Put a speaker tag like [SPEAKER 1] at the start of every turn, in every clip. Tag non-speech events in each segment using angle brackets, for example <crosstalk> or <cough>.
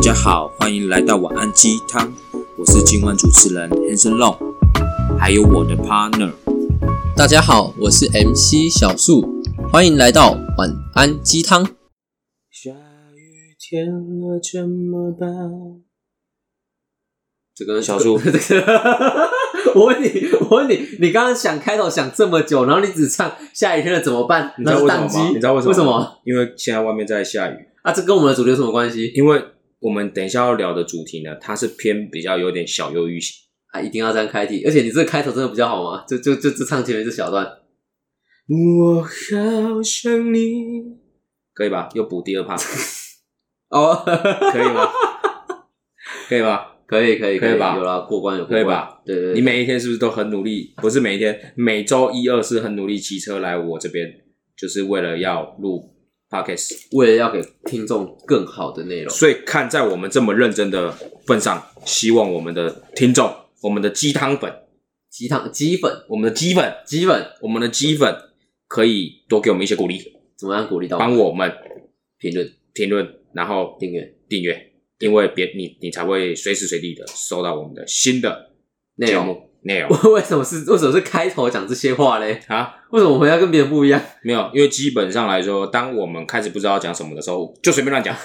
[SPEAKER 1] 家好，欢迎来到晚安鸡汤，我是今晚主持人 Hanson Long，还有我的 partner。
[SPEAKER 2] 大家好，我是 MC 小树，欢迎来到晚安鸡汤。
[SPEAKER 3] 下雨天了怎么办？
[SPEAKER 2] 这个
[SPEAKER 3] 小树
[SPEAKER 2] 这个我问你，我问你，你刚刚 <laughs> 想开头想这么久，然后你只唱下雨天了怎么办？
[SPEAKER 3] 你知道
[SPEAKER 2] 那是
[SPEAKER 3] 为什么
[SPEAKER 2] 宕
[SPEAKER 3] 吗？你
[SPEAKER 2] 机，
[SPEAKER 3] 知道为什么？
[SPEAKER 2] 为什么？？
[SPEAKER 3] 因为现在外面在下雨，
[SPEAKER 2] 啊，这跟我们的主题有什么关系？
[SPEAKER 3] 因为我们等一下要聊的主题呢，它是偏比较有点小忧郁型。
[SPEAKER 2] 啊，一定要这样开题，而且你这个开头真的比较好吗？就就就就唱前面这小段，
[SPEAKER 3] 我好想你，可以吧？又补第二趴，
[SPEAKER 2] <laughs> 哦， <laughs>
[SPEAKER 3] 可以吗？ <laughs> 可以吧？
[SPEAKER 2] 可以可以
[SPEAKER 3] 可以吧
[SPEAKER 2] 有啦，过关有过
[SPEAKER 3] 可以
[SPEAKER 2] 关，
[SPEAKER 3] 吧？
[SPEAKER 2] 对对，
[SPEAKER 3] 你
[SPEAKER 2] 对
[SPEAKER 3] 每一天是不是都很努力？不是每一天，每周一二是很努力骑车来我这边，就是为了要录 podcast。
[SPEAKER 2] 为了要给听众更好的内容，
[SPEAKER 3] 所以看在我们这么认真的份上，希望我们的听众、我们的鸡汤粉、
[SPEAKER 2] 鸡汤鸡粉
[SPEAKER 3] 我们的鸡粉、
[SPEAKER 2] 鸡粉
[SPEAKER 3] 我们的鸡粉，可以多给我们一些鼓励，
[SPEAKER 2] 怎么样鼓励到我
[SPEAKER 3] 帮
[SPEAKER 2] 们
[SPEAKER 3] 我们
[SPEAKER 2] 评论
[SPEAKER 3] 评论，然后
[SPEAKER 2] 订阅
[SPEAKER 3] 订阅，因为别你你才会随时随地的收到我们的新的
[SPEAKER 2] 内
[SPEAKER 3] 节
[SPEAKER 2] 容？
[SPEAKER 3] 目内容哦
[SPEAKER 2] 我为什么是为什么是开头讲这些话嘞？
[SPEAKER 3] 啊。
[SPEAKER 2] 为什么我们要跟别人不一样？
[SPEAKER 3] 没有，因为基本上来说，当我们开始不知道讲什么的时候，就随便乱讲。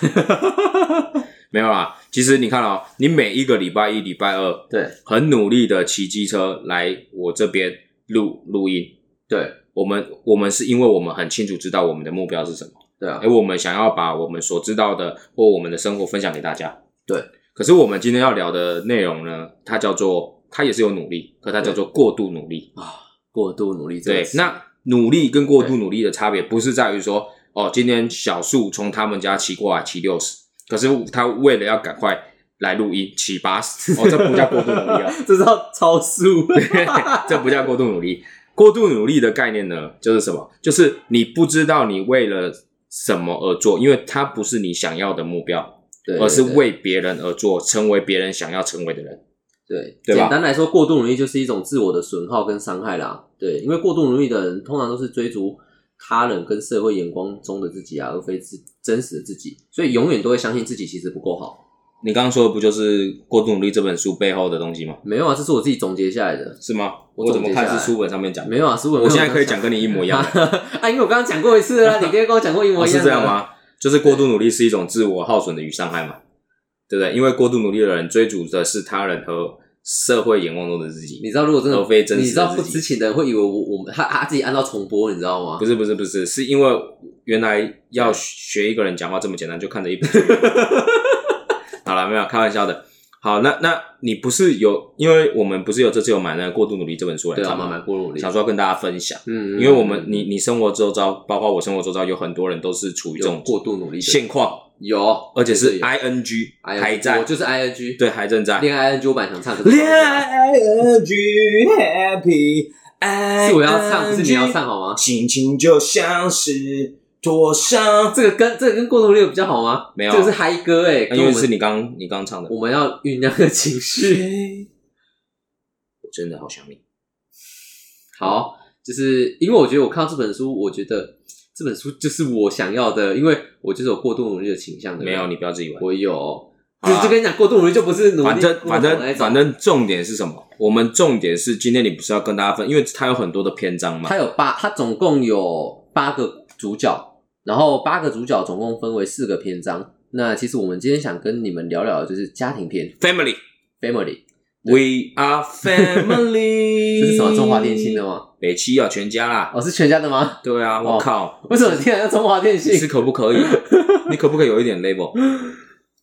[SPEAKER 3] 没有啦，其实你看哦，你每一个礼拜一、礼拜二
[SPEAKER 2] 对
[SPEAKER 3] 很努力的骑机车来我这边录录音。
[SPEAKER 2] 对
[SPEAKER 3] 我们我们是因为我们很清楚知道我们的目标是什么，
[SPEAKER 2] 对啊
[SPEAKER 3] 而，我们想要把我们所知道的或我们的生活分享给大家。
[SPEAKER 2] 对，
[SPEAKER 3] 可是我们今天要聊的内容呢，它叫做它也是有努力，可它叫做过度努力。
[SPEAKER 2] 过度努力这个
[SPEAKER 3] 对，
[SPEAKER 2] 词
[SPEAKER 3] 那努力跟过度努力的差别不是在于说，哦，今天小树从他们家骑过来骑六十，可是他为了要赶快来录音骑八十，哦，这不叫过度努力哦。
[SPEAKER 2] <laughs> 这叫超 <laughs> 速，
[SPEAKER 3] <laughs> 这不叫过度努力。过度努力的概念呢，就是什么？就是你不知道你为了什么而做，因为它不是你想要的目标，
[SPEAKER 2] 对，
[SPEAKER 3] 而是
[SPEAKER 2] 对
[SPEAKER 3] 为别人而做，成为别人想要成为的人。
[SPEAKER 2] 对，
[SPEAKER 3] 对吧
[SPEAKER 2] 简单来说，过度努力就是一种自我的损耗跟伤害啦。对，因为过度努力的人通常都是追逐他人跟社会眼光中的自己啊，而非自真实的自己，所以永远都会相信自己其实不够好。
[SPEAKER 3] 你刚刚说的不就是《过度努力》这本书背后的东西吗？
[SPEAKER 2] 没有啊，这是我自己总结下来的。
[SPEAKER 3] 是吗？
[SPEAKER 2] 我
[SPEAKER 3] 我怎么
[SPEAKER 2] 总结下
[SPEAKER 3] 看
[SPEAKER 2] 来
[SPEAKER 3] 是书本上面讲的？
[SPEAKER 2] 没有啊，是我
[SPEAKER 3] 我现在可以讲跟你一模一样
[SPEAKER 2] <laughs> 啊，因为我刚刚讲过一次
[SPEAKER 3] <laughs>
[SPEAKER 2] 啊啦，你跟我讲过一模
[SPEAKER 3] 哦
[SPEAKER 2] 一样、啊
[SPEAKER 3] 是这样？吗？就是过度努力是一种自我耗损的与伤害嘛，对不对？因为过度努力的人追逐的是他人和社会眼光中的自己。
[SPEAKER 2] 你知道，如果真的
[SPEAKER 3] 而非真实的
[SPEAKER 2] 你知道
[SPEAKER 3] 自
[SPEAKER 2] 不
[SPEAKER 3] 己
[SPEAKER 2] 知情的人会以为我我们他他自己按照重播，你知道吗
[SPEAKER 3] 不？是不是不是，是因为原来要学一个人讲话这么简单，就看着一本书。 <laughs> 好了，没有开玩笑的。好，那那你不是有，因为我们不是有这次有买那个《过度努力》这本书来
[SPEAKER 2] 对啊，
[SPEAKER 3] 看
[SPEAKER 2] 慢
[SPEAKER 3] 吗？
[SPEAKER 2] 慢过度努力
[SPEAKER 3] 想，说要跟大家分享，
[SPEAKER 2] 嗯，嗯
[SPEAKER 3] 因为我们
[SPEAKER 2] 嗯
[SPEAKER 3] 你你生活周遭，包括我生活周遭，有很多人都是处于这
[SPEAKER 2] 有
[SPEAKER 3] 种
[SPEAKER 2] 过度努力的
[SPEAKER 3] 现况，
[SPEAKER 2] 有，
[SPEAKER 3] 而且是
[SPEAKER 2] 绝对
[SPEAKER 3] I N G
[SPEAKER 2] 有
[SPEAKER 3] 还
[SPEAKER 2] ING 我
[SPEAKER 3] 在，
[SPEAKER 2] 就是 I N G，
[SPEAKER 3] 对，还正在。
[SPEAKER 2] 恋爱 I N G 我本来想唱，可是
[SPEAKER 3] 恋爱 N G happy，
[SPEAKER 2] 是我要唱，不是你要唱好吗？
[SPEAKER 3] 心情就像是多少
[SPEAKER 2] 这个跟这个跟过度努力有比较好吗？
[SPEAKER 3] 没有
[SPEAKER 2] 这个是嗨歌哎，跟
[SPEAKER 3] 因
[SPEAKER 2] 我
[SPEAKER 3] 为
[SPEAKER 2] 们
[SPEAKER 3] 是你刚你刚唱的，
[SPEAKER 2] 我们要酝酿的情绪。
[SPEAKER 3] 我真的好想你。
[SPEAKER 2] 好，就是因为我觉得我看到这本书，我觉得这本书就是我想要的，因为我就是有过度努力的倾向的。
[SPEAKER 3] 没有，你，不要自以为。
[SPEAKER 2] 我有。
[SPEAKER 3] 好
[SPEAKER 2] 就
[SPEAKER 3] 啦
[SPEAKER 2] 就跟你讲，过度努力就不是努力，
[SPEAKER 3] 反正
[SPEAKER 2] 过
[SPEAKER 3] 反
[SPEAKER 2] 头那
[SPEAKER 3] 正
[SPEAKER 2] 一种
[SPEAKER 3] 反正重点是什么？我们重点是今天你不是要跟大家分，因为它有很多的篇章嘛
[SPEAKER 2] 它。有八，它总共有八个主角，然后八个主角总共分为四个篇章。那其实我们今天想跟你们聊聊的就是家庭篇
[SPEAKER 3] Family,
[SPEAKER 2] （family），
[SPEAKER 3] we are family <laughs>
[SPEAKER 2] 这。是什么中华电信的？吗？
[SPEAKER 3] 北七啊，全家啦。
[SPEAKER 2] 哦，是全家的吗？ <laughs>
[SPEAKER 3] 对啊，我
[SPEAKER 2] 哦
[SPEAKER 3] 靠，
[SPEAKER 2] 为什么听起来像中华电
[SPEAKER 3] 你是
[SPEAKER 2] 信？
[SPEAKER 3] 可不可以？啊
[SPEAKER 2] <laughs>
[SPEAKER 3] 你可不可以有一点 label？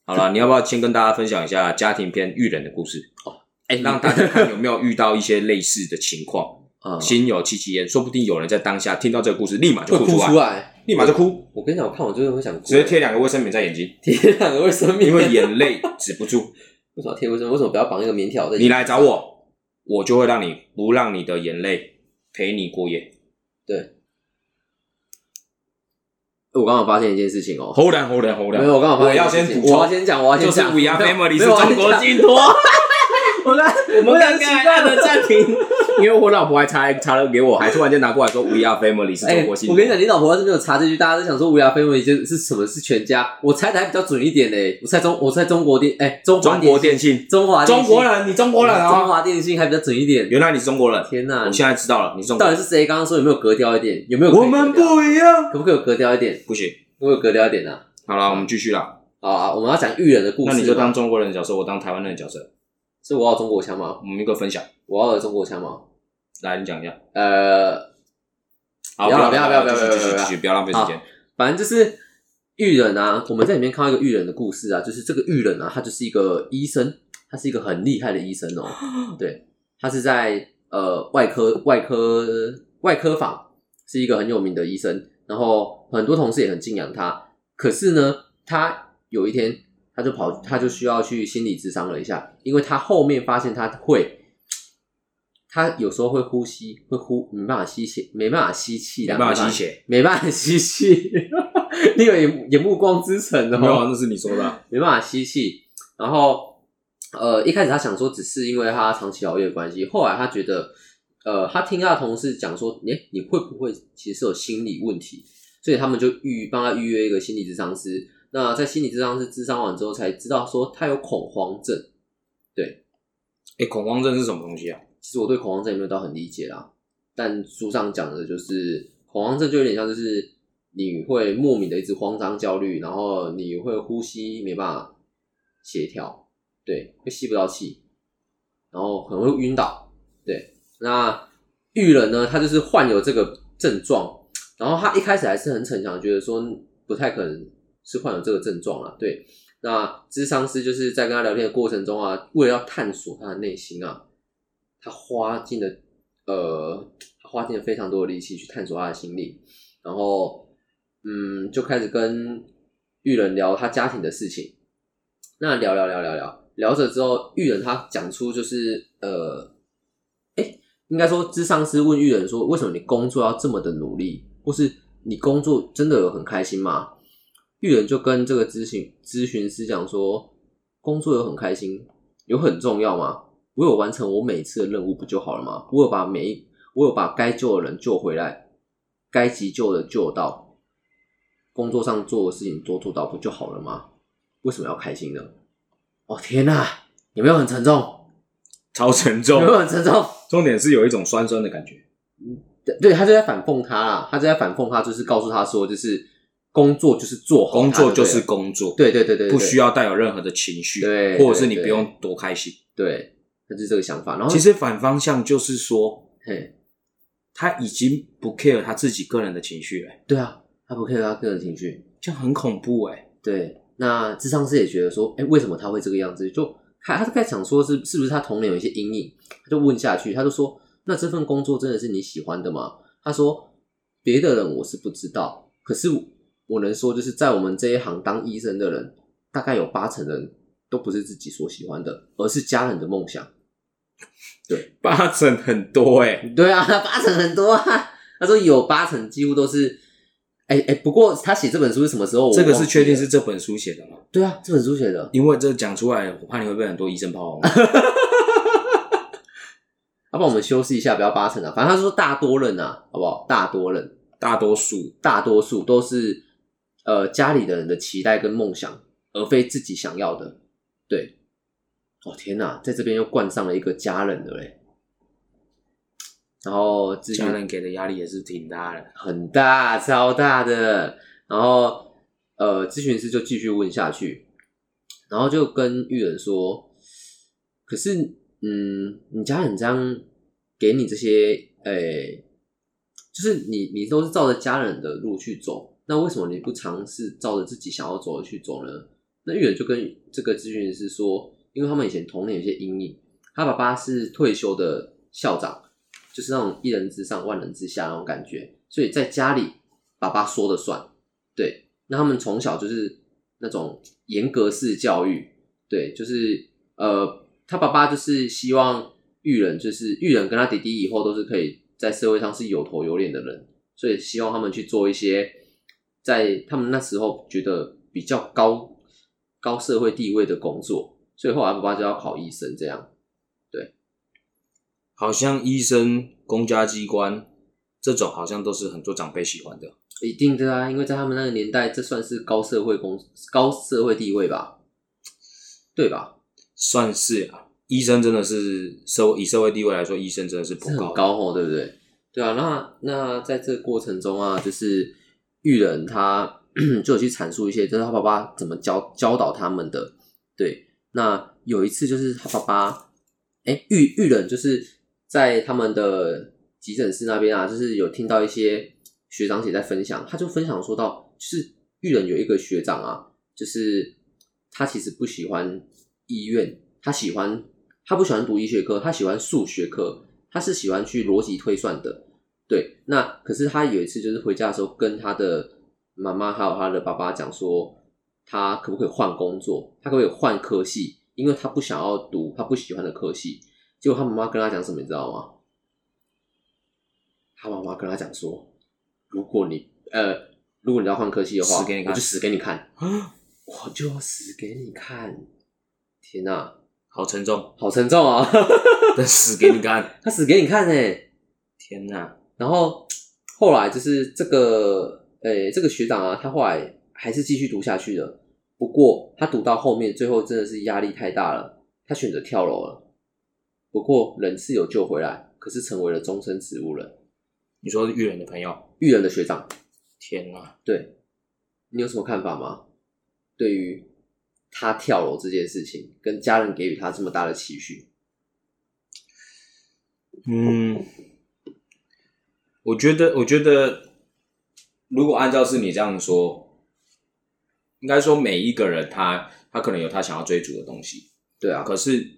[SPEAKER 3] 好了，你要不要先跟大家分享一下家庭片育人的故事，
[SPEAKER 2] 哎
[SPEAKER 3] 让大家看有没有遇到一些类似的情
[SPEAKER 2] <laughs>
[SPEAKER 3] 况？
[SPEAKER 2] 啊
[SPEAKER 3] 心有戚戚焉，说不定有人在当下听到这个故事，立马就
[SPEAKER 2] 会
[SPEAKER 3] 哭
[SPEAKER 2] 哭
[SPEAKER 3] 来，
[SPEAKER 2] 出来。
[SPEAKER 3] 立马就哭，
[SPEAKER 2] 我跟你讲，我看我真的会想哭，
[SPEAKER 3] 直接贴两个卫生棉在眼睛，
[SPEAKER 2] 贴 <laughs> 两个卫生棉，
[SPEAKER 3] 因为眼泪止不住。
[SPEAKER 2] 为什么要贴卫生棉？为什么不要绑一个棉条在？
[SPEAKER 3] 你来找我，我就会让你不让你的眼泪陪你过夜。
[SPEAKER 2] 我刚好发现一件事情哦，
[SPEAKER 3] Hold on, hold on, hold on。
[SPEAKER 2] 没有，我刚好发现
[SPEAKER 3] 我要
[SPEAKER 2] 一件
[SPEAKER 3] 先
[SPEAKER 2] 事情
[SPEAKER 3] 补充，
[SPEAKER 2] 我要先讲，我要
[SPEAKER 3] 就
[SPEAKER 2] 先
[SPEAKER 3] 是
[SPEAKER 2] 讲
[SPEAKER 3] We Are Family
[SPEAKER 2] 没
[SPEAKER 3] 是
[SPEAKER 2] 有我要先
[SPEAKER 3] 中国
[SPEAKER 2] 讲
[SPEAKER 3] 信托。
[SPEAKER 2] 我来，我
[SPEAKER 3] 我们刚
[SPEAKER 2] 两个
[SPEAKER 3] 刚按了暂停，因为我老婆还查查了给我，还突然间拿过来说 We are family 是中国信徒。
[SPEAKER 2] 哎我跟你讲，你老婆要是没有查这句，大家都想说无牙非为就是什么是全家，我猜的还比较准一点嘞。我猜中，我猜中国电，哎、中华
[SPEAKER 3] 中国
[SPEAKER 2] 电
[SPEAKER 3] 电信，
[SPEAKER 2] 中华电
[SPEAKER 3] 中
[SPEAKER 2] 信
[SPEAKER 3] 国人，你中国人
[SPEAKER 2] 中
[SPEAKER 3] 啊！
[SPEAKER 2] 华电信还比较准一点。
[SPEAKER 3] 原来你是中国人，
[SPEAKER 2] 天哪、
[SPEAKER 3] 我
[SPEAKER 2] 你
[SPEAKER 3] 现在知道了，你是中国
[SPEAKER 2] 到底
[SPEAKER 3] 人。
[SPEAKER 2] 是谁？刚刚说有没有格调一点？有没有？
[SPEAKER 3] 我们，不一样，
[SPEAKER 2] 可不可以有格调一点？
[SPEAKER 3] 不行。
[SPEAKER 2] 可不可以有格调一点呢、
[SPEAKER 3] 好了，我们继续了。
[SPEAKER 2] 啊？啊，我们要讲育人的故事嘛。
[SPEAKER 3] 那你就当中国人的角色，我当台湾人的角色，
[SPEAKER 2] 是我要有中国腔吗？
[SPEAKER 3] 我们一个分享。
[SPEAKER 2] 我要有中国腔吗？
[SPEAKER 3] 来，你讲一下。
[SPEAKER 2] 呃，
[SPEAKER 3] 好，
[SPEAKER 2] 不要
[SPEAKER 3] 不要
[SPEAKER 2] 不要
[SPEAKER 3] 继续
[SPEAKER 2] 不要
[SPEAKER 3] 继续
[SPEAKER 2] 不要
[SPEAKER 3] 继续，不要浪费时间。
[SPEAKER 2] 反正就是玉人啊，我们在里面看到一个玉人的故事啊，就是这个玉人啊，他就是一个医生，他是一个很厉害的医生哦。对，他是在呃外科外科外科坊是一个很有名的医生，然后很多同事也很敬仰他。可是呢，他有一天他就跑，他就需要去心理咨商了一下，因为他后面发现他会。他有时候会呼吸，会呼没办法吸气，没办法吸气啦，
[SPEAKER 3] 没办法吸血，
[SPEAKER 2] 没办法吸气， <laughs> 你有眼眼目光之城哦，
[SPEAKER 3] 没有，那是你说的啊。
[SPEAKER 2] 没办法吸气。然后，呃，一开始他想说只是因为他长期熬夜的关系，后来他觉得，呃，他听他的同事讲说，诶、你会不会其实是有心理问题？所以他们就预帮他预约一个心理咨商师。那在心理咨商师咨商完之后，才知道说他有恐慌症。
[SPEAKER 3] 哎，恐慌症是什么东西啊？
[SPEAKER 2] 其实我对恐慌症也没有到很理解啦，但书上讲的就是恐慌症就有点像就是你会莫名的一直慌张焦虑，然后你会呼吸没办法协调，对，会吸不到气，然后可能会晕倒，对。那玉人呢，他就是患有这个症状，然后他一开始还是很逞强，觉得说不太可能是患有这个症状啦，对。那智商师就是在跟他聊天的过程中啊，为了要探索他的内心啊，他花尽了呃，他花尽了非常多的力气去探索他的心理，然后嗯，就开始跟玉人聊他家庭的事情。那聊聊聊聊聊聊着之后，玉人他讲出就是呃，哎，应该说智商师问玉人说，为什么你工作要这么的努力，或是你工作真的有很开心吗？玉人就跟这个咨询咨询师讲说，工作有很开心，有很重要吗？我有完成我每次的任务不就好了吗？我有把每一，我有把该救的人救回来，该急救的救到，工作上做的事情多做到不就好了吗？为什么要开心呢？哦天哪、有没有很沉重？
[SPEAKER 3] 超沉
[SPEAKER 2] 有
[SPEAKER 3] 重
[SPEAKER 2] 没， <laughs> 有很沉重？
[SPEAKER 3] 重点是有一种酸酸的感觉。
[SPEAKER 2] 对对，他就在反讽他啦，他就在反讽他，就是告诉他说，就是工作就是做好它
[SPEAKER 3] 工作就是
[SPEAKER 2] 哦对了
[SPEAKER 3] 工作，
[SPEAKER 2] 对对对对，对
[SPEAKER 3] 不需要带有任何的情绪，
[SPEAKER 2] 对
[SPEAKER 3] 或者是你
[SPEAKER 2] 对嗯
[SPEAKER 3] 不用多开心。
[SPEAKER 2] 对，他就是这个想法。然后
[SPEAKER 3] 其实反方向就是说，
[SPEAKER 2] 嘿，
[SPEAKER 3] 他已经不 care 他自己个人的情绪了，
[SPEAKER 2] 对啊，他不 care 他个人情绪，
[SPEAKER 3] 这样很恐怖哎、
[SPEAKER 2] 对，那智商师也觉得说，哎、为什么他会这个样子？就他他就在想说是是不是他童年有一些阴影？他就问下去，他就说，那这份工作真的是你喜欢的吗？他说，别的人我是不知道，可是我能说，就是在我们这一行当医生的人，大概有八成人都不是自己所喜欢的，而是家人的梦想。 <laughs>
[SPEAKER 3] 八成很多哎、
[SPEAKER 2] 对啊，八成很多啊。他说有八成几乎都是，哎、哎、不过他写这本书是什么时候？我
[SPEAKER 3] 这个是
[SPEAKER 2] 忘记
[SPEAKER 3] 确定
[SPEAKER 2] 了
[SPEAKER 3] 是这本书写的吗？
[SPEAKER 2] 对啊，这本书写的。
[SPEAKER 3] 因为这讲出来，我怕你会被很多医生
[SPEAKER 2] <laughs>
[SPEAKER 3] 炮轰。
[SPEAKER 2] 要不然我们休息一下，不要八成啊。反正他说大多人啊，好不好？大多人，
[SPEAKER 3] 大多数
[SPEAKER 2] 大多数都是呃家里的人的期待跟梦想，而非自己想要的。对，哦天哪，在这边又冠上了一个家人的嘞。然后之
[SPEAKER 3] 家
[SPEAKER 2] 前
[SPEAKER 3] 人给的压力也是挺大的。
[SPEAKER 2] 很大，超大的。然后呃，咨询师就继续问下去，然后就跟玉人说：“可是，嗯，你家人这样给你这些，诶、就是你你都是照着家人的路去走，那为什么你不尝试照着自己想要走的去走呢？”那玉人就跟这个咨询师说，因为他们以前童年有些阴影，他爸爸是退休的校长，就是那种一人之上万人之下那种感觉，所以在家里爸爸说了算。对，那他们从小就是那种严格式教育，对，就是呃，他爸爸就是希望育人，就是育人跟他弟弟以后都是可以在社会上是有头有脸的人，所以希望他们去做一些在他们那时候觉得比较高高社会地位的工作，所以后来爸爸就要考医生这样。
[SPEAKER 3] 好像医生、公家机关这种，好像都是很多长辈喜欢的。
[SPEAKER 2] 一定的啊，因为在他们那个年代，这算是高社会公高社会地位吧，对吧？
[SPEAKER 3] 算是啊，医生真的是社以社会地位来说，医生真的是
[SPEAKER 2] 是
[SPEAKER 3] 颇
[SPEAKER 2] 很
[SPEAKER 3] 高的。
[SPEAKER 2] 高哦，对不对？对啊，那那在这个过程中啊，就是玉人他 <clears throat> 就有去阐述一些，就是他爸爸怎么教教导他们的。对，那有一次就是他爸爸，哎，玉玉人就是在他们的急诊室那边啊，就是有听到一些学长姐在分享，他就分享说到，就是玉人有一个学长啊，就是他其实不喜欢医院，他喜欢他不喜欢读医学科，他喜欢数学科，他是喜欢去逻辑推算的。对，那可是他有一次就是回家的时候，跟他的妈妈还有他的爸爸讲说，他可不可以换工作，他可不可以换科系，因为他不想要读他不喜欢的科系。结果他妈妈跟他讲什么，你知道吗？他妈妈跟他讲说，如果你呃，如果你要换科系的话，
[SPEAKER 3] 死给你看
[SPEAKER 2] 我就死给你看。 <gasps> 我就死给你看！天哪、，
[SPEAKER 3] 好沉重
[SPEAKER 2] <laughs> 好沉重啊！ <laughs>
[SPEAKER 3] 但 <laughs> 死给你看！
[SPEAKER 2] 他死给你看呢、欸
[SPEAKER 3] 天哪，
[SPEAKER 2] 然后后来就是这个，诶、这个学长啊，他后来还是继续读下去的。不过他读到后面，最后真的是压力太大了，他选择跳楼了。不过人是有救回来，可是成为了终身植物人，
[SPEAKER 3] 你说是育人的朋友，
[SPEAKER 2] 育人的学长。
[SPEAKER 3] 天哪，
[SPEAKER 2] 对你有什么看法吗？对于他跳楼这件事情，跟家人给予他这么大的期许，
[SPEAKER 3] 嗯，我觉得，我觉得，如果按照是你这样说，应该说每一个人他他可能有他想要追逐的东西，
[SPEAKER 2] 对啊，
[SPEAKER 3] 可是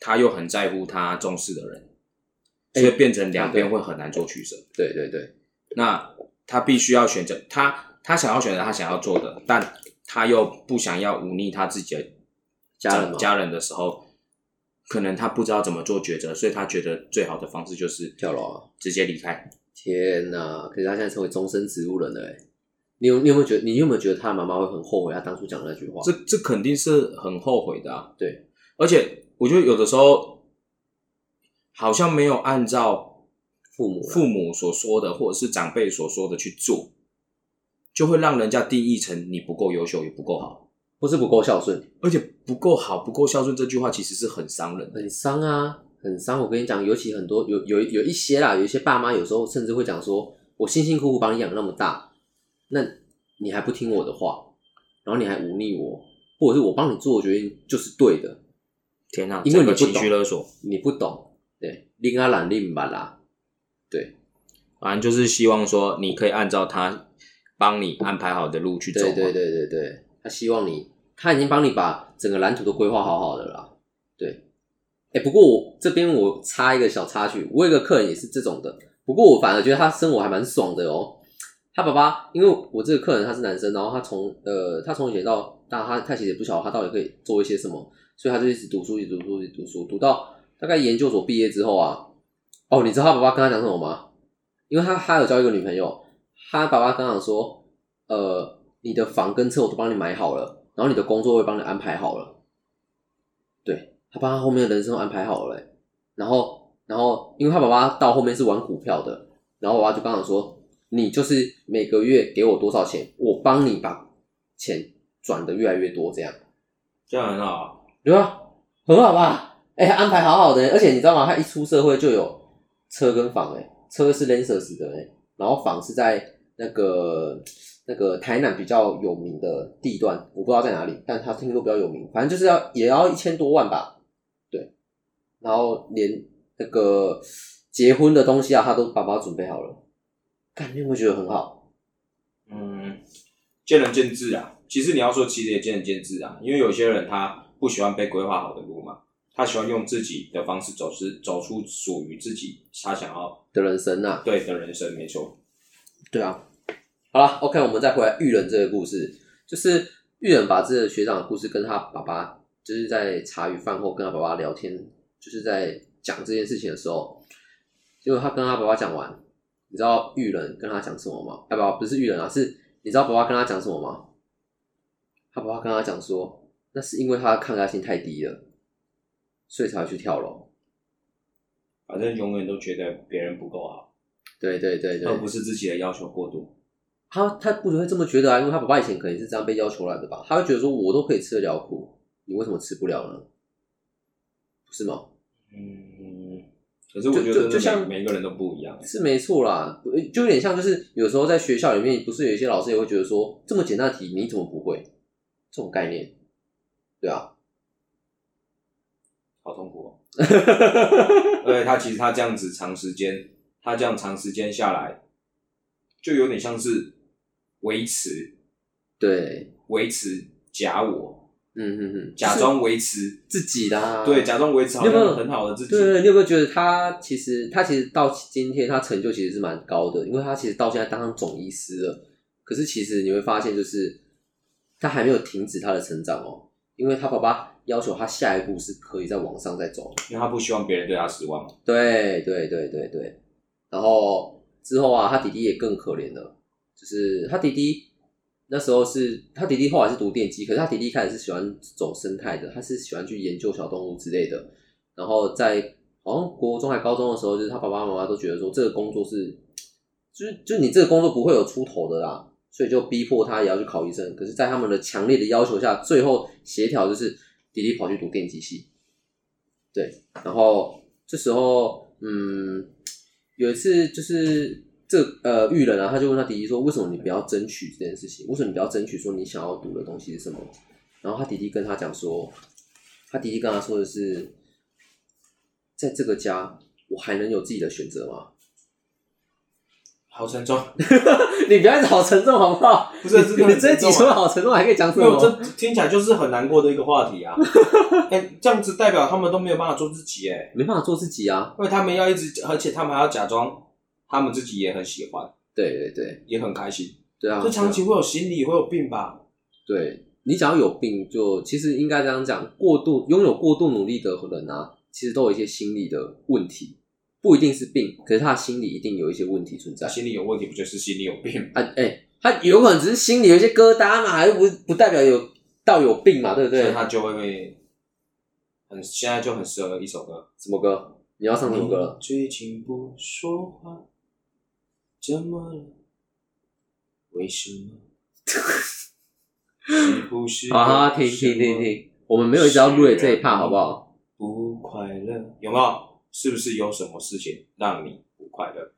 [SPEAKER 3] 他又很在乎他重视的人，
[SPEAKER 2] 哎
[SPEAKER 3] 所以变成两
[SPEAKER 2] 啊
[SPEAKER 3] 边
[SPEAKER 2] 对
[SPEAKER 3] 会很难做取舍。
[SPEAKER 2] 对对对，
[SPEAKER 3] 那他必须要选择他他想要选择他想要做的，但他又不想要忤逆他自己的
[SPEAKER 2] 家人嘛
[SPEAKER 3] 家人的时候，可能他不知道怎么做抉择，所以他觉得最好的方式就是
[SPEAKER 2] 跳楼啊！
[SPEAKER 3] 直接离开。
[SPEAKER 2] 天呐！可是他现在成为终身植物人了哎，你有你有没有觉得你有没有觉得他的妈妈会很后悔他当初讲的那句话？
[SPEAKER 3] 这这肯定是很后悔的啊。
[SPEAKER 2] 对，
[SPEAKER 3] 而且我觉得有的时候好像没有按照
[SPEAKER 2] 父母啦
[SPEAKER 3] 父母所说的，或者是长辈所说的去做，就会让人家定义成你不够优秀，也不够好。
[SPEAKER 2] 不是不够孝顺，
[SPEAKER 3] 而且不够好、不够孝顺这句话其实是很伤人的。
[SPEAKER 2] 很伤啊，很伤。我跟你讲，尤其很多有有有一些啦，有一些爸妈有时候甚至会讲说，我辛辛苦苦把你养那么大，那你还不听我的话，然后你还忤逆我，或者是我帮你做的决定就是对的，
[SPEAKER 3] 天哪、
[SPEAKER 2] 因为
[SPEAKER 3] 整
[SPEAKER 2] 你
[SPEAKER 3] 个
[SPEAKER 2] 不懂
[SPEAKER 3] 情绪勒索，
[SPEAKER 2] 你不懂，对，令啊懒令吧啦，对
[SPEAKER 3] 反正就是希望说你可以按照他帮你安排好的路去走嘛。
[SPEAKER 2] 对对对对对，他希望你，他已经帮你把整个蓝图都规划好好的啦。对，哎、不过我这边我插一个小插曲，我有一个客人也是这种的，不过我反而觉得他生活还蛮爽的哦。他爸爸，因为我这个客人他是男生，然后他从呃，他从以前到大，他他其实也不晓得他到底可以做一些什么，所以他就一直读书，一直读书，一直读书，读到大概研究所毕业之后啊，哦，你知道他爸爸跟他讲什么吗？因为他他有交一个女朋友，他爸爸刚刚说，呃，你的房跟车我都帮你买好了，然后你的工作我也帮你安排好了，对他帮他后面的人生都安排好了欸、然后然后因为他爸爸到后面是玩股票的，然后我爸爸就刚刚说，你就是每个月给我多少钱，我帮你把钱转的越来越多，这样
[SPEAKER 3] 这样很好啊。
[SPEAKER 2] 对吧？很好吧？哎、安排好好的欸、而且你知道吗？他一出社会就有车跟房、欸，哎，车是 Lancers 的、欸，然后房是在那个那个台南比较有名的地段，我不知道在哪里，但他听说比较有名，反正就是要也要一千多万吧，对，然后连那个结婚的东西啊，他都爸爸准备好了，感觉有没有觉得很好？
[SPEAKER 3] 嗯，见仁见智啊。其实你要说，其实也见仁见智啊，因为有些人他不喜欢被规划好的路嘛，他喜欢用自己的方式走是走出属于自己他想要
[SPEAKER 2] 的人生啊，
[SPEAKER 3] 对的人生，没错。
[SPEAKER 2] 对啊，好了，OK，我们再回来玉人这个故事，就是玉人把这个学长的故事跟他爸爸，就是在茶余饭后跟他爸爸聊天，就是在讲这件事情的时候，结果他跟他爸爸讲完，你知道玉人跟他讲什么吗？哎，爸爸不是玉人啊，是你知道爸爸跟他讲什么吗？他爸爸跟他讲说，那是因为他的抗压性太低了，所以才会去跳楼。
[SPEAKER 3] 反正永远都觉得别人不够
[SPEAKER 2] <laughs>
[SPEAKER 3] 好，
[SPEAKER 2] 对对对对
[SPEAKER 3] 而，哦不是自己的要求过多。
[SPEAKER 2] 他他不会这么觉得啊，因为他爸爸以前可能是这样被要求来的吧，他会觉得说我都可以吃得了苦，你为什么吃不了呢？不是吗？
[SPEAKER 3] 嗯，可是我觉得
[SPEAKER 2] 就就
[SPEAKER 3] 真的
[SPEAKER 2] 就像
[SPEAKER 3] 每每个人都不一样。啊
[SPEAKER 2] 是没错啦，呃就有点像就是有时候在学校里面，不是有一些老师也会觉得说这么简单的题你怎么不会？这种概念，对啊，
[SPEAKER 3] 好痛
[SPEAKER 2] <laughs>
[SPEAKER 3] 苦、哦。而且他其实他这样子长时间，他这样长时间下来，就有点像是维持
[SPEAKER 2] 对，
[SPEAKER 3] 维持假我，
[SPEAKER 2] 嗯嗯嗯，
[SPEAKER 3] 假装维持
[SPEAKER 2] 自己啊啦，
[SPEAKER 3] 对，假装维持好
[SPEAKER 2] 你有没有
[SPEAKER 3] 像很好的自己
[SPEAKER 2] 对。对，你有没有觉得他其实他其实到今天他成就其实是蛮高的，因为他其实到现在当上总医师了，可是其实你会发现就是他还没有停止他的成长哦，因为他爸爸要求他下一步是可以再往上再走的。
[SPEAKER 3] 因为他不希望别人对他失望。
[SPEAKER 2] 对对对对对，然后之后啊，他弟弟也更可怜了，就是他弟弟那时候是他弟弟后来是读电机，可是他弟弟一开始是喜欢走生态的，他是喜欢去研究小动物之类的。然后在好像国中还高中的时候，就是他爸爸妈妈都觉得说这个工作是，就是就是你这个工作不会有出头的啦，所以就逼迫他也要去考医生。可是，在他们的强烈的要求下，最后协调就是弟弟跑去读电机系，对，然后这时候，嗯，有一次就是这呃玉人啊，他就问他弟弟说，为什么你不要争取这件事情？为什么你不要争取说你想要读的东西是什么？然后他弟弟跟他讲说，他弟弟跟他说的是，在这个家我还能有自己的选择吗？ <laughs>
[SPEAKER 3] 好沉重，
[SPEAKER 2] 你不要一直好沉重好不好？
[SPEAKER 3] 不是真的很
[SPEAKER 2] 你这
[SPEAKER 3] 沉重
[SPEAKER 2] 几
[SPEAKER 3] 啊
[SPEAKER 2] 说好沉重，还可以讲什
[SPEAKER 3] 没有，
[SPEAKER 2] 么？
[SPEAKER 3] 这听起来就是很难过的一个话题啊！ <laughs> 哎、这样子代表他们都没有办法做自己哎、
[SPEAKER 2] 没办法做自己啊！
[SPEAKER 3] 因为他们要一直，而且他们还要假装他们自己也很喜欢，
[SPEAKER 2] 对对对
[SPEAKER 3] 也很开心。
[SPEAKER 2] 对啊！
[SPEAKER 3] 这长
[SPEAKER 2] 对啊
[SPEAKER 3] 期会有心理会有病吧？
[SPEAKER 2] 对你只要有病就，其实应该这样讲，过度拥有过度努力的人啊，其实都有一些心理的问题，不一定是病，可是他的心理一定有一些问题存在。
[SPEAKER 3] 他心理有问题，不就是心理有病吗？
[SPEAKER 2] 啊，哎、他有可能只是心里有一些疙瘩嘛，又不不代表有到有病嘛，对不
[SPEAKER 3] 所
[SPEAKER 2] 对
[SPEAKER 3] 以？他就会被很现在就很适合一首歌。
[SPEAKER 2] 什么歌？你要唱什么歌了？
[SPEAKER 3] 最近不说话，怎么了？为什么？是不是
[SPEAKER 2] 啊好好，停停停停，我们没有一直要录这一趴，好不好？
[SPEAKER 3] 不快乐有没有？是不是有什么事情让你不快乐？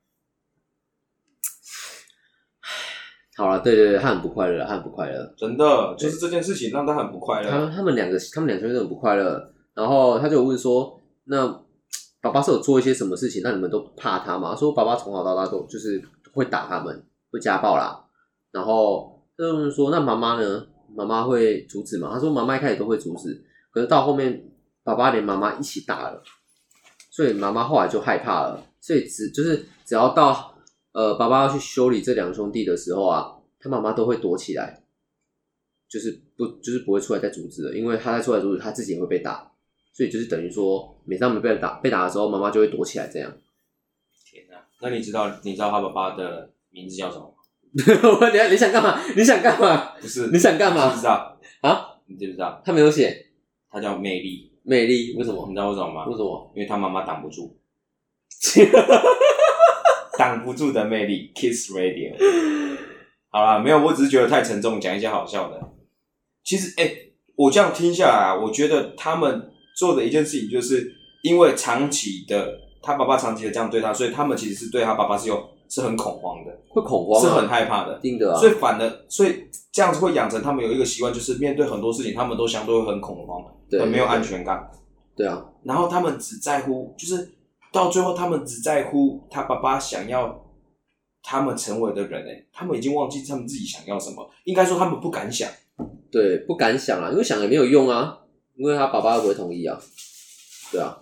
[SPEAKER 2] 好了，对对对，他很不快乐，他很不快乐。
[SPEAKER 3] 真的就是这件事情让他很不快乐。
[SPEAKER 2] 他他们两个，他们两兄弟都很不快乐。然后他就有问说：“那爸爸是有做一些什么事情，让你们都怕他吗？”他说：“爸爸从小到大都就是会打他们，会家暴啦。”然后他就问说：“那妈妈呢？妈妈会阻止吗？”他说：“妈妈一开始都会阻止，可是到后面爸爸连妈妈一起打了，所以妈妈后来就害怕了。所以只就是只要到呃爸爸要去修理这两兄弟的时候啊，他妈妈都会躲起来。”就是不就是不会出来再阻止了，因为他再出来阻止，他自己也会被打，所以就是等于说，每次他们被打被打的时候，妈妈就会躲起来这样。 <laughs>
[SPEAKER 3] 天哪、那你知道你知道他爸爸的名字叫什么吗？
[SPEAKER 2] 我你你想干嘛？你想干嘛？
[SPEAKER 3] 不
[SPEAKER 2] <laughs>
[SPEAKER 3] 是
[SPEAKER 2] 你想干
[SPEAKER 3] 你知不
[SPEAKER 2] 嘛
[SPEAKER 3] 知道？
[SPEAKER 2] 啊？
[SPEAKER 3] 你知不知道？
[SPEAKER 2] 他没有写
[SPEAKER 3] 他叫魅力，
[SPEAKER 2] 美丽，为什
[SPEAKER 3] 你
[SPEAKER 2] 么？
[SPEAKER 3] 知道为什么吗？
[SPEAKER 2] 为什么？ <laughs>
[SPEAKER 3] 因为他妈妈挡不住，挡不住的魅力，Kiss Radio。好啦，没有，我只是觉得太沉重，讲一些好笑的。其实，哎、我这样听下来啊，我觉得他们做的一件事情，就是因为长期的他爸爸长期的这样对他，所以他们其实是对他爸爸是有是很恐慌的，
[SPEAKER 2] 会恐慌、啊，
[SPEAKER 3] 是很害怕的
[SPEAKER 2] 一。定的啊
[SPEAKER 3] 所。以反而，所以这样子会养成他们有一个习惯，就是面对很多事情，他们都相对会很恐慌，
[SPEAKER 2] 对
[SPEAKER 3] 很没有安全感。
[SPEAKER 2] 对啊，
[SPEAKER 3] 然后他们只在乎，就是到最后他们只在乎他爸爸想要他们成为的人、欸，他们已经忘记他们自己想要什么，应该说他们不敢想。
[SPEAKER 2] 对，不敢想啊，因为想也没有用啊，因为他爸爸又不会同意啊。对啊，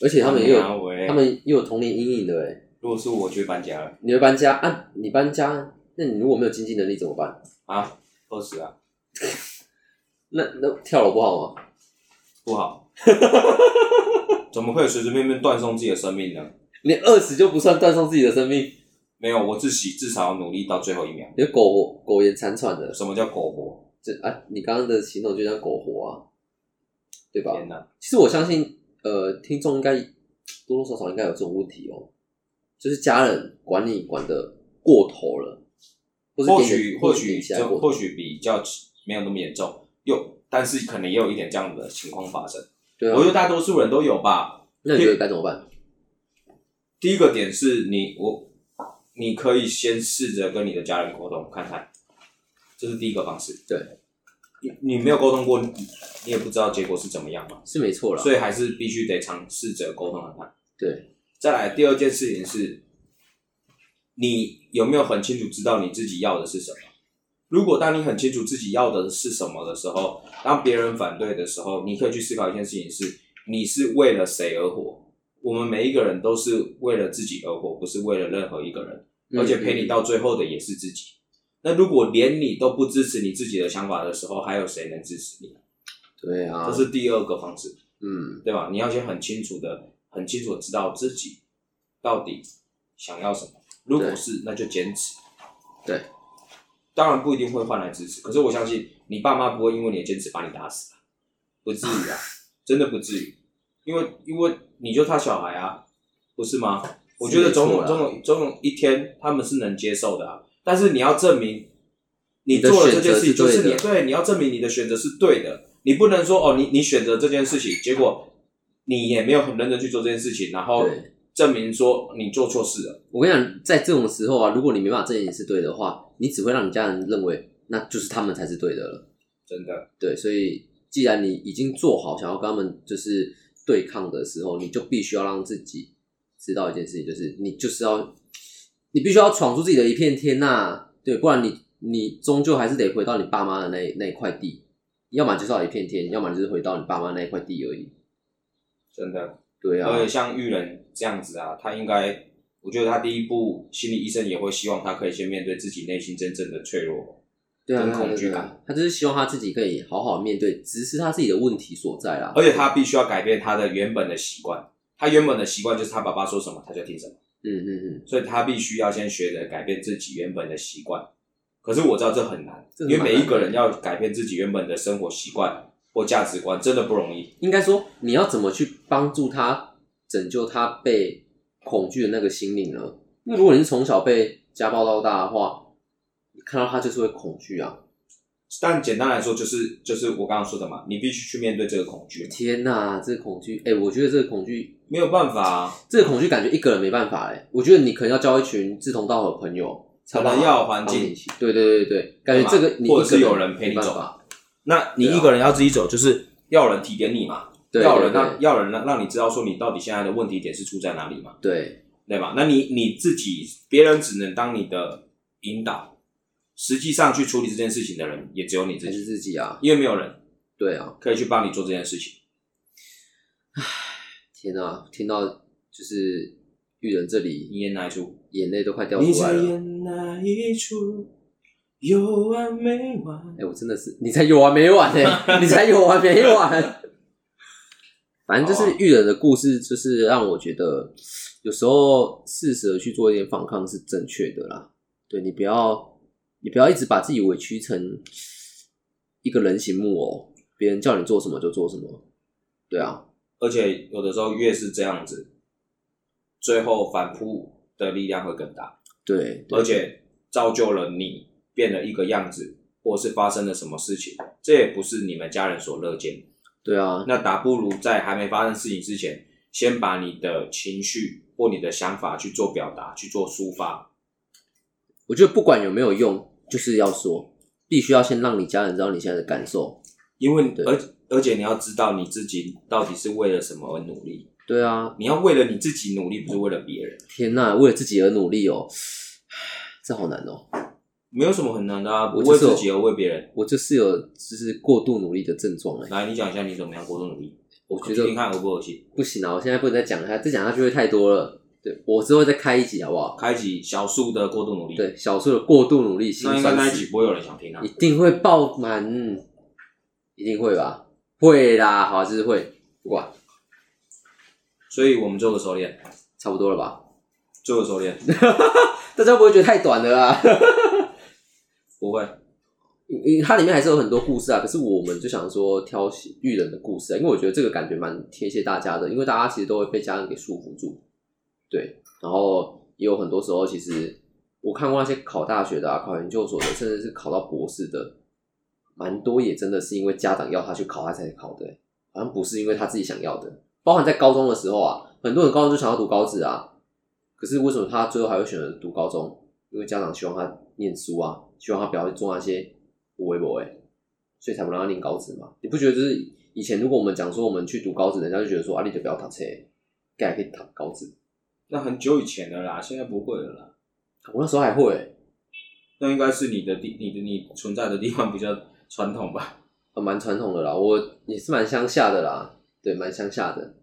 [SPEAKER 2] 而且他们也有、
[SPEAKER 3] 啊喂
[SPEAKER 2] 他们也有童年阴影的哎、
[SPEAKER 3] 如果是我，我就会搬家了
[SPEAKER 2] 你会搬家啊？你搬家，那你如果没有经济能力怎么办？
[SPEAKER 3] 啊，饿死啊，
[SPEAKER 2] 那那跳楼不好吗？
[SPEAKER 3] 不好，
[SPEAKER 2] <laughs>
[SPEAKER 3] 怎么会随随便便断送自己的生命呢？
[SPEAKER 2] 你饿死就不算断送自己的生命，
[SPEAKER 3] 没有，我自己至少要努力到最后一秒。
[SPEAKER 2] 你苟苟延残喘的，
[SPEAKER 3] 什么叫苟活？
[SPEAKER 2] 这啊，你刚刚的形容就像苟活啊，对吧？
[SPEAKER 3] 天哪！
[SPEAKER 2] 其实我相信，呃，听众应该多多少少应该有这种问题哦，就是家人管你管的过头了，或是
[SPEAKER 3] 或
[SPEAKER 2] 给你
[SPEAKER 3] 许或
[SPEAKER 2] 给
[SPEAKER 3] 许
[SPEAKER 2] 你期待
[SPEAKER 3] 这
[SPEAKER 2] 过
[SPEAKER 3] 或
[SPEAKER 2] 头
[SPEAKER 3] 许比较没有那么严重，又但是可能也有一点这样的情况发生。
[SPEAKER 2] 对
[SPEAKER 3] 我觉得
[SPEAKER 2] 啊，
[SPEAKER 3] 大多数人都有吧。
[SPEAKER 2] 那你觉得该怎么办？
[SPEAKER 3] 第一个点是你我，你可以先试着跟你的家人沟通看看，这是第一个方式。
[SPEAKER 2] 对，
[SPEAKER 3] 你你没有沟通过，你你也不知道结果是怎么样嘛，
[SPEAKER 2] 是没错啦，
[SPEAKER 3] 所以还是必须得尝试着沟通看看。
[SPEAKER 2] 对
[SPEAKER 3] 再来第二件事情是，你有没有很清楚知道你自己要的是什么？如果当你很清楚自己要的是什么的时候，当别人反对的时候，你可以去思考一件事情是：你是为了谁而活？我们每一个人都是为了自己而活，不是为了任何一个人，
[SPEAKER 2] 嗯
[SPEAKER 3] 而且陪你到最后的也是自己。那如果连你都不支持你自己的想法的时候，还有谁能支持你？
[SPEAKER 2] 对啊，
[SPEAKER 3] 这是第二个方式。
[SPEAKER 2] 嗯，
[SPEAKER 3] 对吧？你要先很清楚的、很清楚的知道自己到底想要什么。如果是，那就坚持。
[SPEAKER 2] 对，
[SPEAKER 3] 当然不一定会换来支持，可是我相信你爸妈不会因为你的坚持把你打死吧，啊不至
[SPEAKER 2] <laughs>
[SPEAKER 3] 于啊，真的不至于，因为因为你就他小孩啊，不是吗？我觉得总
[SPEAKER 2] 没错
[SPEAKER 3] 有
[SPEAKER 2] 啦
[SPEAKER 3] 总有总有一天他们是能接受的啊，但是你要证明你
[SPEAKER 2] 你的
[SPEAKER 3] 做了这件事情
[SPEAKER 2] 选择
[SPEAKER 3] 就是是
[SPEAKER 2] 对
[SPEAKER 3] 你
[SPEAKER 2] 的
[SPEAKER 3] 对，你要证明你的选择是对的，你不能说哦，你你选择这件事情，结果你也没有很认真去做这件事情，然后
[SPEAKER 2] 对。
[SPEAKER 3] 证明说你做错事了。
[SPEAKER 2] 我跟你讲，在这种时候啊，如果你没办法证明你是对的话，你只会让你家人认为那就是他们才是对的了。
[SPEAKER 3] 真的，
[SPEAKER 2] 对，所以既然你已经做好想要跟他们就是对抗的时候，你就必须要让自己知道一件事情，就是你就是要，你必须要闯出自己的一片天呐、对，不然你你终究还是得回到你爸妈的那那一块地，要么就是到一片天，要么就是回到你爸妈那一块地而已。
[SPEAKER 3] 真的，
[SPEAKER 2] 对啊，
[SPEAKER 3] 而且像玉人这样子啊，他应该，我觉得他第一步，心理医生也会希望他可以先面对自己内心真正的脆弱。
[SPEAKER 2] 对啊，
[SPEAKER 3] 跟
[SPEAKER 2] 对啊
[SPEAKER 3] 恐惧
[SPEAKER 2] 对啊
[SPEAKER 3] 感
[SPEAKER 2] 他就是希望他自己可以好好面对，直视他自己的问题所在啦。
[SPEAKER 3] 而且他必须要改变他的原本的习惯，他原本的习惯就是他爸爸说什么他就听什么，
[SPEAKER 2] 嗯嗯嗯，
[SPEAKER 3] 所以他必须要先学着改变自己原本的习惯。可是我知道这很难，
[SPEAKER 2] 这
[SPEAKER 3] 因
[SPEAKER 2] 很
[SPEAKER 3] 为
[SPEAKER 2] 难
[SPEAKER 3] 每一个人要改变自己原本的生活习惯或价值观，真的不容易。
[SPEAKER 2] 应该说你要怎么去帮助他拯救他被恐惧的那个心灵呢？因为如果你是从小被家暴到大的话，你看到他就是会恐惧啊！
[SPEAKER 3] 但简单来说，就是就是我刚刚说的嘛，你必须去面对这个恐惧，
[SPEAKER 2] 天哪，这个恐惧，哎、我觉得这个恐惧，
[SPEAKER 3] 没有办法、啊。
[SPEAKER 2] 这个恐惧感觉一个人没办法哎、我觉得你可能要交一群志同道合的朋友，才
[SPEAKER 3] 可
[SPEAKER 2] 有办
[SPEAKER 3] 能
[SPEAKER 2] 法
[SPEAKER 3] 要有环
[SPEAKER 2] 帮你一
[SPEAKER 3] 境，
[SPEAKER 2] 起。对对对对，感觉这个你
[SPEAKER 3] 或者是
[SPEAKER 2] 一个
[SPEAKER 3] 有人陪你
[SPEAKER 2] 没办
[SPEAKER 3] 走
[SPEAKER 2] 法，
[SPEAKER 3] 那你一个人要自己走，就是要有人提点你嘛，
[SPEAKER 2] 啊对
[SPEAKER 3] 要有
[SPEAKER 2] 对
[SPEAKER 3] 人让
[SPEAKER 2] 对
[SPEAKER 3] 要有人让让你知道说你到底现在的问题点是出在哪里嘛，
[SPEAKER 2] 对，
[SPEAKER 3] 对吧？那你你自己，别人只能当你的引导，实际上去处理这件事情的人也只有你自
[SPEAKER 2] 还是
[SPEAKER 3] 己，
[SPEAKER 2] 自己啊，
[SPEAKER 3] 因为没有人
[SPEAKER 2] 对啊。
[SPEAKER 3] 可以去帮你做这件事情。
[SPEAKER 2] 天啊，听到就是玉人这里，
[SPEAKER 3] 你演哪一出？
[SPEAKER 2] 眼泪都快掉
[SPEAKER 3] 你
[SPEAKER 2] 出来
[SPEAKER 3] 在
[SPEAKER 2] 了。
[SPEAKER 3] 演哪一出？有完没完
[SPEAKER 2] 哎、？我真的是，你才有完没完呢、你才有完没完？反正就是玉人的故事，就是让我觉得有时候适时的去做一点反抗是正确的啦。对你不要，你不要一直把自己委屈成一个人形木偶，别人叫你做什么就做什么。对啊，
[SPEAKER 3] 而且有的时候越是这样子，最后反扑的力量会更大。
[SPEAKER 2] 对，对
[SPEAKER 3] 而且造就了你变了一个样子，或是发生了什么事情，这也不是你们家人所乐见的。
[SPEAKER 2] 对啊，
[SPEAKER 3] 那打不如在还没发生事情之前，先把你的情绪或你的想法去做表达，去做抒发。
[SPEAKER 2] 我觉得不管有没有用，就是要说，必须要先让你家人知道你现在的感受。
[SPEAKER 3] 因为
[SPEAKER 2] 对
[SPEAKER 3] 而而且你要知道你自己到底是为了什么而努力，
[SPEAKER 2] 对啊，
[SPEAKER 3] 你要为了你自己努力，不是为了别人。
[SPEAKER 2] 天呐，为了自己而努力哦，这好难哦。
[SPEAKER 3] 没有什么很难的啊，不
[SPEAKER 2] 我
[SPEAKER 3] 为
[SPEAKER 2] 就是有
[SPEAKER 3] 自己而为别人。
[SPEAKER 2] 我就是有就是过度努力的症状哎、
[SPEAKER 3] 来，你讲一下你怎么样过度努力？
[SPEAKER 2] 我觉
[SPEAKER 3] 听听
[SPEAKER 2] 得
[SPEAKER 3] 看恶不恶心？
[SPEAKER 2] 不行啊，我现在不能再讲下，再讲下去会太多了。对我之后再开一集好不好？
[SPEAKER 3] 开启小数的过度努力，，
[SPEAKER 2] 对，小树的过度努力心
[SPEAKER 3] 那应该
[SPEAKER 2] 酸
[SPEAKER 3] 那一
[SPEAKER 2] 史
[SPEAKER 3] 集不会有人想听啊
[SPEAKER 2] 一。定会爆满，一定会吧？会啦，好，啊就是会，不管，
[SPEAKER 3] 所以我们做个收敛，
[SPEAKER 2] 差不多了吧？
[SPEAKER 3] 做个收敛，
[SPEAKER 2] 啊大家不会觉得太短了啦？
[SPEAKER 3] 不会，
[SPEAKER 2] 因为它里面还是有很多故事啊，可是我们就想说挑育人的故事、啊，因为我觉得这个感觉蛮贴切大家的，因为大家其实都会被家人给束缚住，对，然后也有很多时候，其实我看过那些考大学的啊、考研究所的，甚至是考到博士的，蛮多也真的是因为家长要他去考，他才考的、好像不是因为他自己想要的。包含在高中的时候啊，很多人高中就想要读高职啊，可是为什么他最后还会选择读高中？因为家长希望他念书啊，希望他不要做那些无为不为，欸所以才不让他念高职嘛。你不觉得就是以前如果我们讲说我们去读高职，人家就觉得说啊，你就不要读册，改可以读高职。
[SPEAKER 3] 那很久以前的啦，现在不会了啦。
[SPEAKER 2] 我那时候还会、欸
[SPEAKER 3] 那应该是你的地，你的你存在的地方比较传统吧，
[SPEAKER 2] 啊，蛮传统的啦，我也是蛮乡下的啦，对，蛮乡下的。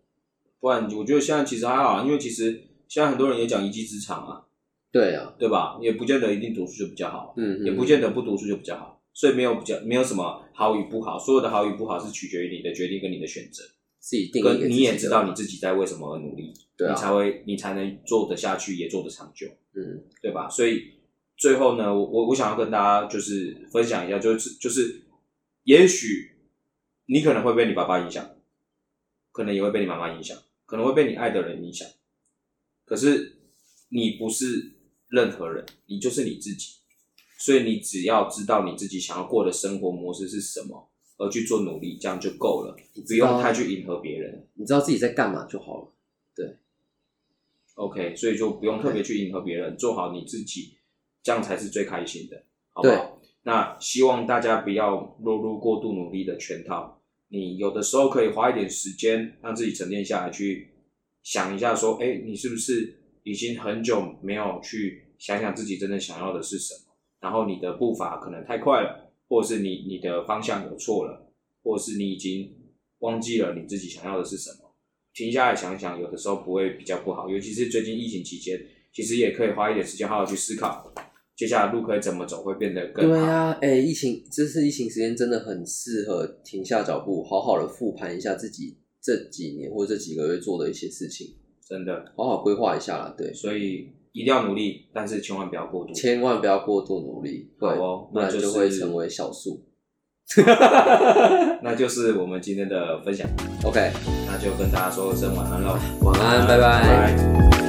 [SPEAKER 3] 不然我觉得现在其实还好啊，因为其实现在很多人也讲一技之长啊，
[SPEAKER 2] 对啊，
[SPEAKER 3] 对吧？也不见得一定读书就比较好，啊
[SPEAKER 2] 嗯，嗯
[SPEAKER 3] 也不见得不读书就比较好，所以没有比较没有什么好与不好，所有的好与不好是取决于你的决定跟你的选择，
[SPEAKER 2] 自己定义给自己
[SPEAKER 3] 跟
[SPEAKER 2] 的，
[SPEAKER 3] 你也知道你自己在为什么而努力，
[SPEAKER 2] 对
[SPEAKER 3] 你
[SPEAKER 2] 啊，
[SPEAKER 3] 才会你才能做得下去，也做得长久。
[SPEAKER 2] 嗯，
[SPEAKER 3] 对吧？所以最后呢，我我我想要跟大家就是分享一下，就是就是，也许你可能会被你爸爸影响，可能也会被你妈妈影响，可能会被你爱的人影响，可是你不是任何人，你就是你自己，所以你只要知道你自己想要过的生活模式是什么，而去做努力，这样就够了，
[SPEAKER 2] 你
[SPEAKER 3] 不
[SPEAKER 2] 知道
[SPEAKER 3] 用太去迎合别人。
[SPEAKER 2] 你知道自己在干嘛就好了。
[SPEAKER 3] OK，所以就不用特别去迎合别人，做好你自己，这样才是最开心的，好不好？那希望大家不要落入过度努力的圈套。你有的时候可以花一点时间，让自己沉淀下来，去想一下，说，哎、你是不是已经很久没有去想想自己真正想要的是什么？然后你的步伐可能太快了，或者是你你的方向有错了，或者是你已经忘记了你自己想要的是什么。停下来想一想，有的时候不会比较不好，尤其是最近疫情期间，其实也可以花一点时间好好去思考，接下来路可以怎么走会变得更好。
[SPEAKER 2] 对啊，哎、疫情这次疫情时间真的很适合停下脚步，好好的复盘一下自己这几年或者这几个月做的一些事情，
[SPEAKER 3] 真的，
[SPEAKER 2] 好好规划一下啦。对，
[SPEAKER 3] 所以一定要努力，但是千万不要过度。
[SPEAKER 2] 千 <laughs> 万不要过度努力，对，
[SPEAKER 3] 好哦
[SPEAKER 2] 不
[SPEAKER 3] 那
[SPEAKER 2] 然
[SPEAKER 3] 就是
[SPEAKER 2] 就会成为小数。
[SPEAKER 3] 那就是我们今天的分享，
[SPEAKER 2] OK，
[SPEAKER 3] 那就跟大家说声晚安喽，
[SPEAKER 2] 晚安，拜拜
[SPEAKER 3] 拜拜